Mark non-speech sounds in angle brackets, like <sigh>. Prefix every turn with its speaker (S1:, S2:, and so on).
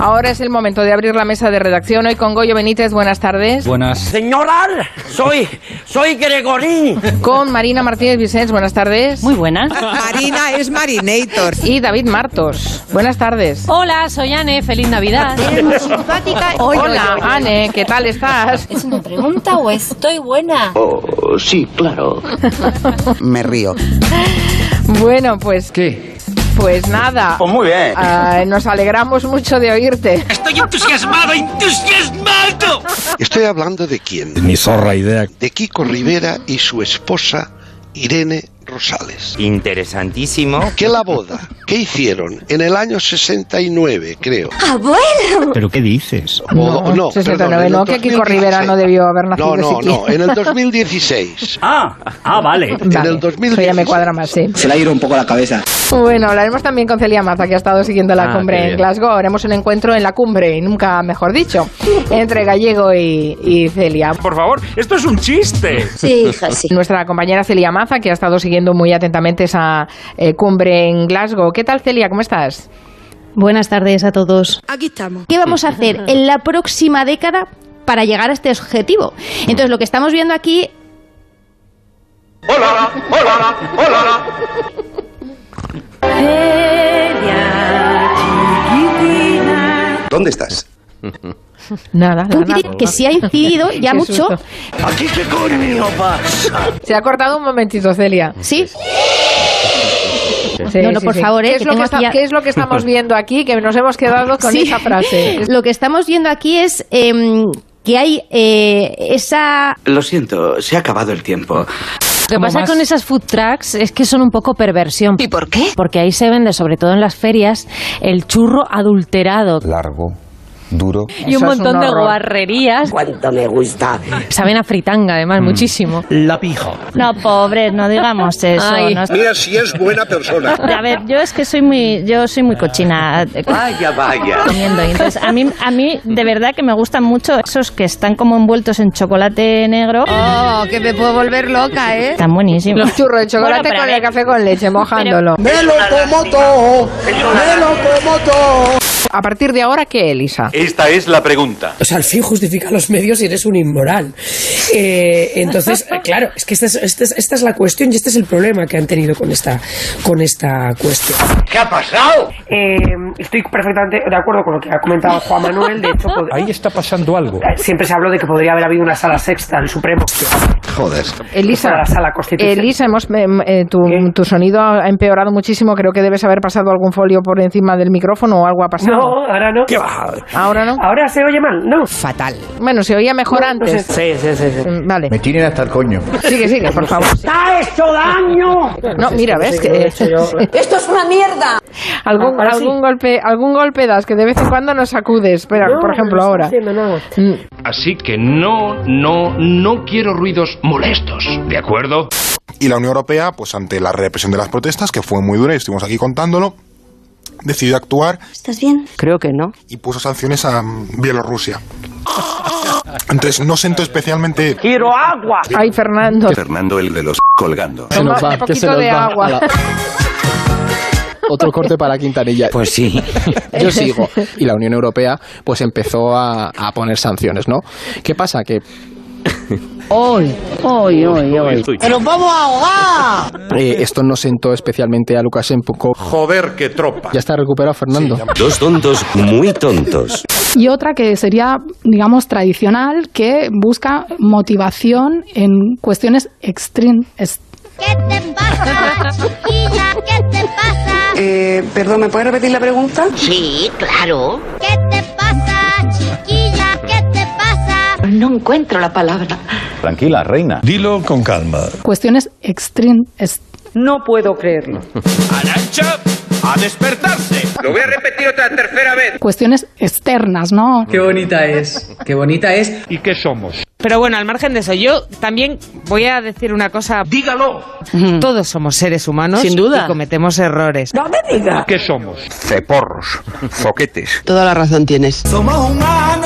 S1: Ahora es el momento de abrir la mesa de redacción. Hoy con Goyo Benítez, buenas tardes.
S2: Buenas.
S3: Señora, soy, soy Gregorín.
S4: Pues
S1: Con Marina Martínez Vicens, buenas tardes.
S5: <laughs>
S6: Muy buenas.
S5: Marina es Marinator.
S1: Y David Martos, buenas tardes.
S6: Hola, soy Anne, feliz Navidad.
S7: Eres muy simpática.
S1: Hola, Anne, ¿qué tal estás?
S7: ¿Es una pregunta o estoy buena?
S4: Oh, sí, claro.
S5: Me río.
S1: Bueno, pues,
S2: ¿Qué?
S1: pues nada.
S4: Pues muy bien.
S1: Ah, nos alegramos mucho de oírte.
S3: Estoy entusiasmado, entusiasmado.
S8: Estoy hablando de quién?
S2: Ni zorra idea.
S8: De Kiko Rivera y su esposa Irene Rosales.
S3: Interesantísimo.
S8: Que la boda que hicieron en el año 69, creo.
S7: ¡Abuelo!
S2: ¿Pero qué dices?
S8: O- o no,
S1: 69,
S8: perdón, en el
S1: no, que Kiko
S8: 2016.
S1: Rivera no debió haber nacido
S8: No, no,
S1: siquiera.
S8: no, en el 2016.
S3: Ah, ah, vale.
S1: Vale,
S8: el 2016.
S1: eso ya me cuadra más, sí.
S9: Se le ha ido un poco la cabeza.
S1: Bueno, hablaremos también con Celia Maza, que ha estado siguiendo la
S2: Ah, qué
S1: cumbre en
S2: bien.
S1: Glasgow. Haremos un encuentro en la cumbre, y nunca mejor dicho, entre Gallego y, y Celia.
S10: Por favor, esto es un chiste.
S7: Sí, hija, sí.
S1: Nuestra compañera Celia Maza, que ha estado siguiendo muy atentamente esa eh, cumbre en Glasgow. ¿Qué tal, Celia? ¿Cómo estás?
S11: Buenas tardes a todos.
S5: Aquí estamos.
S11: ¿Qué vamos
S5: <laughs>
S11: a hacer en la próxima década para llegar a este objetivo? Entonces, lo que estamos viendo aquí...
S9: ¿Dónde estás?
S1: Nada,
S11: Puedo decir que sí ha incidido <laughs> ya
S1: Qué
S11: mucho.
S1: susto. Se ha cortado un momentito, Celia.
S11: Sí,
S1: Sí,
S11: No, no, por favor, eh,
S1: ¿Qué, es
S11: que
S1: lo que
S11: tengo
S1: está-
S11: aquí ya-
S1: qué es lo que estamos viendo aquí? Que nos hemos quedado con
S11: Sí.
S1: esa frase.
S11: <laughs> Lo que estamos viendo aquí es em, que hay eh, esa...
S3: Lo siento, se ha acabado el tiempo.
S6: Lo que
S1: Como
S6: pasa
S1: más-
S6: con esas food trucks es que son un poco perversión.
S5: ¿Y por qué?
S6: Porque ahí se vende, sobre todo en las ferias, el churro adulterado
S4: Largo, duro.
S6: y
S1: Eso
S6: un
S1: es
S6: montón
S1: un
S6: de
S1: horror.
S6: guarrerías.
S3: Cuánto me gusta.
S6: Saben a fritanga,
S11: Mm.
S6: además, muchísimo.
S2: La pija.
S11: No, pobres, no <laughs> digamos eso.
S6: Ay. no
S8: Mira si es buena persona.
S11: A ver, yo es que soy muy, yo soy muy cochina eh,
S3: Vaya, vaya.
S11: comiendo. y entonces, a mí, a mí de verdad que me gustan mucho esos que están como envueltos en chocolate negro.
S6: Oh, que me puedo volver loca, ¿eh?
S11: Están buenísimos.
S1: Los churros de chocolate
S11: Bueno, pero a
S1: con
S11: ver.
S1: el café con leche, mojándolo.
S3: Me lo como todo. Me lo como todo.
S1: A partir de ahora, ¿qué, Elisa?
S10: Esta es la pregunta.
S12: O sea, al fin justifica los medios y eres un inmoral. Eh, entonces, eh, claro, es que esta es, esta, es, esta es la cuestión y este es el problema que han tenido con esta, con esta cuestión.
S3: ¿Qué ha pasado?
S12: Eh, estoy perfectamente de acuerdo con lo que ha comentado Juan Manuel. De hecho,
S10: Ahí está pasando algo.
S12: siempre se habló de que podría haber habido una sala sexta del Supremo.
S8: Joder.
S1: Elisa,
S12: Para la Pues sala constitucional.
S1: Elisa hemos, em, eh, tu,
S12: ¿Qué?
S1: tu sonido ha empeorado muchísimo. Creo que debes haber pasado algún folio por encima del micrófono o algo ha pasado.
S12: ahora no. Ah.
S1: Ahora no.
S12: Ahora se oye mal, no.
S5: Fatal.
S1: Bueno, se oía mejor antes.
S3: Sí, sí, sí. sí.
S1: Mm, Vale.
S2: tienen hasta el coño.
S1: Sigue, sigue, por favor.
S3: ¡Está hecho daño!
S1: No, mira, ves que <laughs>
S7: ¡Esto es una mierda!
S1: algún,
S12: Ahora sí.
S1: algún golpe, algún golpe das que de vez en cuando nos sacudes. Espera, por ejemplo, ahora. Mm,
S10: Así que no, no, no quiero ruidos molestos. ¿De acuerdo?
S8: Y la Unión Europea, pues ante la represión de las protestas, que fue muy dura y estuvimos aquí contándolo, decidió actuar
S7: ¿Estás bien?
S6: Creo que no.
S8: y puso sanciones a Bielorrusia. Entonces no siento especialmente
S3: Quiero agua.
S1: Ay, Fernando.
S4: Fernando el de los colgando.
S1: Toma un poquito de agua.
S9: Otro corte para Quintanilla.
S3: Pues sí.
S9: Yo sigo. Y la Unión Europea pues empezó a, a poner sanciones, ¿no? ¿Qué pasa? Que
S11: <laughs>
S3: ¡Pero vamos a ahogar!
S9: eh, esto no sentó especialmente a Lukashenko.
S8: joder que tropa.
S9: Ya está recuperado Fernando.
S4: Dos tontos muy tontos.
S11: Y otra que sería, digamos, tradicional, que busca motivación en cuestiones extreme.
S7: ¿Qué te pasa, chiquilla? ¿Qué te pasa?
S12: Eh, perdón, ¿me puedes repetir la pregunta?
S7: Sí, claro. ¿Qué te pasa, chiquilla? ¿Qué te pasa? No encuentro la palabra.
S2: Tranquila, reina.
S10: Dilo con calma.
S11: Cuestiones extreme.
S12: No puedo creerlo.
S10: ¡Arancha! ¡A despertarse! Lo voy a repetir otra tercera vez.
S11: Cuestiones externas, ¿no?
S12: Qué bonita es, qué bonita es.
S10: ¿Y qué somos?
S6: Pero bueno, al margen de eso, yo también voy a decir una cosa.
S10: ¡Dígalo!
S6: Todos somos seres humanos Sin duda. y cometemos errores.
S10: ¿Qué somos?
S4: Ceporros, foquetes.
S3: Somos humanos.